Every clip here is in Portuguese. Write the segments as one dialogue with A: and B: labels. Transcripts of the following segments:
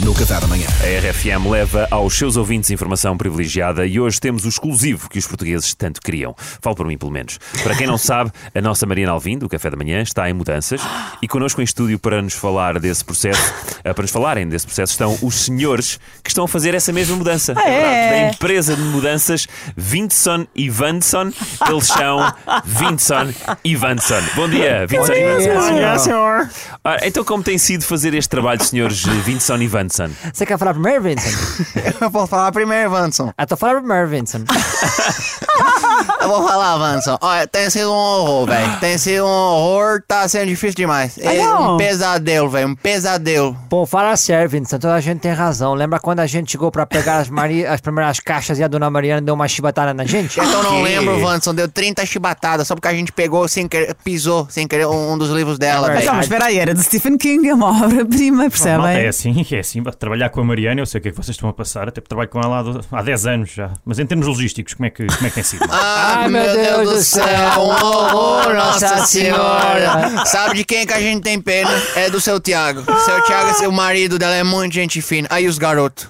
A: no Café da Manhã.
B: A RFM leva aos seus ouvintes informação privilegiada e hoje temos o exclusivo que os portugueses tanto queriam. Falo por mim, pelo menos. Para quem não sabe, a nossa Mariana Alvim, do Café da Manhã, está em mudanças e connosco em estúdio para nos falar desse processo, eh, para nos falarem desse processo, estão os senhores que estão a fazer essa mesma mudança.
C: Ah, é?
B: Da empresa de mudanças Vinson e Vanson, eles são Vinson e Vanson. Bom dia, Vinson e Vanson.
C: senhor.
B: Ora, então, como tem sido fazer este trabalho, senhores eh, Vinson e Vanson?
C: Você quer falar primeiro, Vincent?
D: Eu vou falar primeiro, Vanson.
C: Ah, tô falando primeiro, Vincent.
D: Eu vou falar, Vanson. Olha, tem sido um horror, velho. Tem sido um horror, tá sendo difícil demais. É
C: não.
D: um pesadelo, velho. Um pesadelo.
C: Pô, fala sério, Vincent. Toda a gente tem razão. Lembra quando a gente chegou pra pegar as, mari- as primeiras caixas e a dona Mariana deu uma chibatada na gente?
D: Então não lembro, Vanson. Deu 30 chibatadas só porque a gente pegou sem querer, pisou sem querer um um dos livros dela,
C: É
D: velho.
E: Então, mas espera aí, era de Stephen King, é uma obra-prima,
F: Malta, é
E: percebem?
F: assim, é assim. Trabalhar com a Mariana, eu sei o que é que vocês estão a passar, até porque trabalho com ela há do- há 10 anos já. Mas em termos logísticos, como é que, como é que tem sido?
D: Ah,
C: Ai, meu Deus do céu.
D: um horror, Nossa
C: Nossa
D: Senhora. Sabe de quem que a gente tem pena? É do seu Tiago. Seu Tiago, seu marido dela é muito gente fina. Aí os garotos.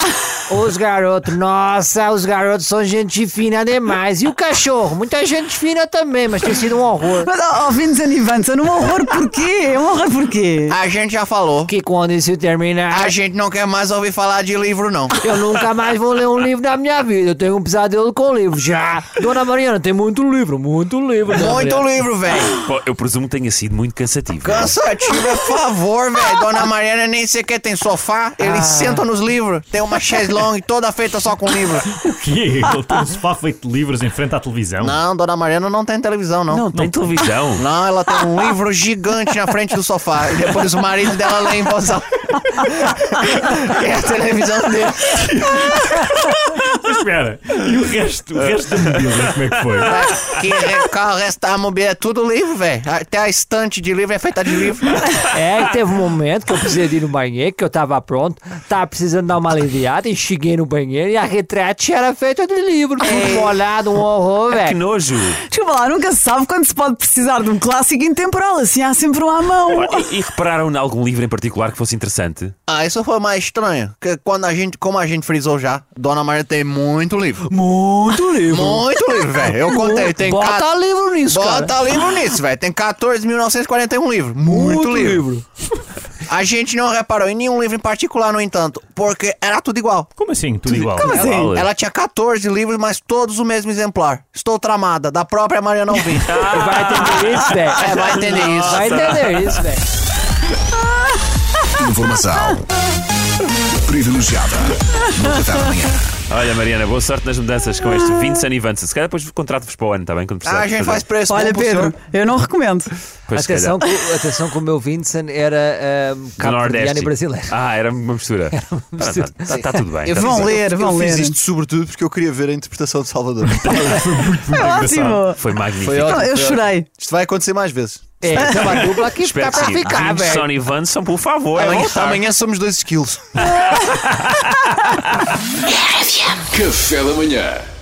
C: Os garotos, nossa, os garotos são gente fina demais. E o cachorro? Muita gente fina também, mas tem sido um horror.
E: Mas, ó, oh, Vincent e Vincent, um horror porquê? Um horror porquê?
D: A gente já falou.
C: Que quando isso terminar,
D: A gente não quer mais ouvir falar de livro, não.
C: eu nunca mais vou ler um livro na minha vida. Eu tenho um pesadelo com livro, já. Dona Mariana, tem muito livro, muito livro. dona
D: Muito
C: Mariana.
D: livro, velho.
B: Pô, eu presumo que tenha sido muito cansativo. não é?
D: Cansativo, por favor, velho. Dona Mariana nem sequer tem sofá. Eles sentam nos livros. Tem uma chaise longue toda feita só com livro.
F: o quê? Ele tem um sofá feito de livros em frente à televisão?
D: Não, Dona Mariana não tem televisão, não.
B: Não, tem televisão.
D: Não, ela tem um livro gigante na frente do sofá. E depois o marido dela lê em voz alta. É a televisão dele.
F: Mas espera, e o resto? O resto da mobília, como é que foi?
D: Que é, carro, resto da mobília, é tudo livro, velho. Até a estante de livro é feita de livro.
C: É, que teve um momento que eu precisei de ir no banheiro, que eu tava pronto, tava precisando dar uma aliviada, e cheguei no banheiro e a retrete era feita de livro,
D: É.
C: tudo molhado, um horror,
B: Que
C: velho.
B: nojo!
E: Desculpa lá, nunca se sabe quando se pode precisar de um clássico intemporal, assim há sempre um à mão.
B: E, e repararam em algum livro em particular que fosse interessante?
D: Ah, isso foi mais estranho. Que quando a gente, como a gente frisou já, Dona Maria tem muito livro.
C: Muito livro.
D: Muito livro, velho. Eu contei, tem
C: Bota
D: ca-
C: livro nisso,
D: Bota
C: cara.
D: livro nisso, velho. Tem 14.941 livros. Muito, um livro. A gente não reparou em nenhum livro em particular, no entanto, porque era tudo igual.
F: Como assim? Tudo igual.
E: Como assim?
B: Ela-
D: Ela tinha 14 livros, mas todos o mesmo exemplar. Estou tramada, da própria Mariana Alvim.
C: Vai entender isso, velho.
D: É, vai entender isso.
C: Vai entender isso, velho.
A: Informação privilegiada no Café da Manhã.
B: Olha, Mariana, boa sorte nas mudanças com este Vincent e Vincent. Se calhar depois contrato-vos para o ano, está bem? Quando
D: Ah,
B: precisar.
D: a gente faz preço.
E: Olha,
D: bom pro
E: Pedro,
D: senhor.
E: eu não recomendo.
C: Atenção que, o- atenção que o meu Vincent era um, cabo-verdiano e brasileiro.
B: Ah, era uma mistura.
C: mistura.
B: Está tudo bem. tá
E: Vão
B: tudo bem.
E: ler, vão
G: Eu
E: ler.
G: fiz isto sobretudo porque eu queria ver a interpretação de Salvador.
E: Foi ótimo.
B: Foi magnífico.
G: Foi ótimo.
E: Não, eu chorei.
G: Isto vai acontecer mais vezes.
C: É, então a dupla aqui
B: Espero que
C: está pra
B: sim.
C: ficar, velho.
B: Vincent e Vincent, por favor. é
D: Amanhã-
B: bom.
D: amanhã somos dois esquilos.
H: Café da manhã.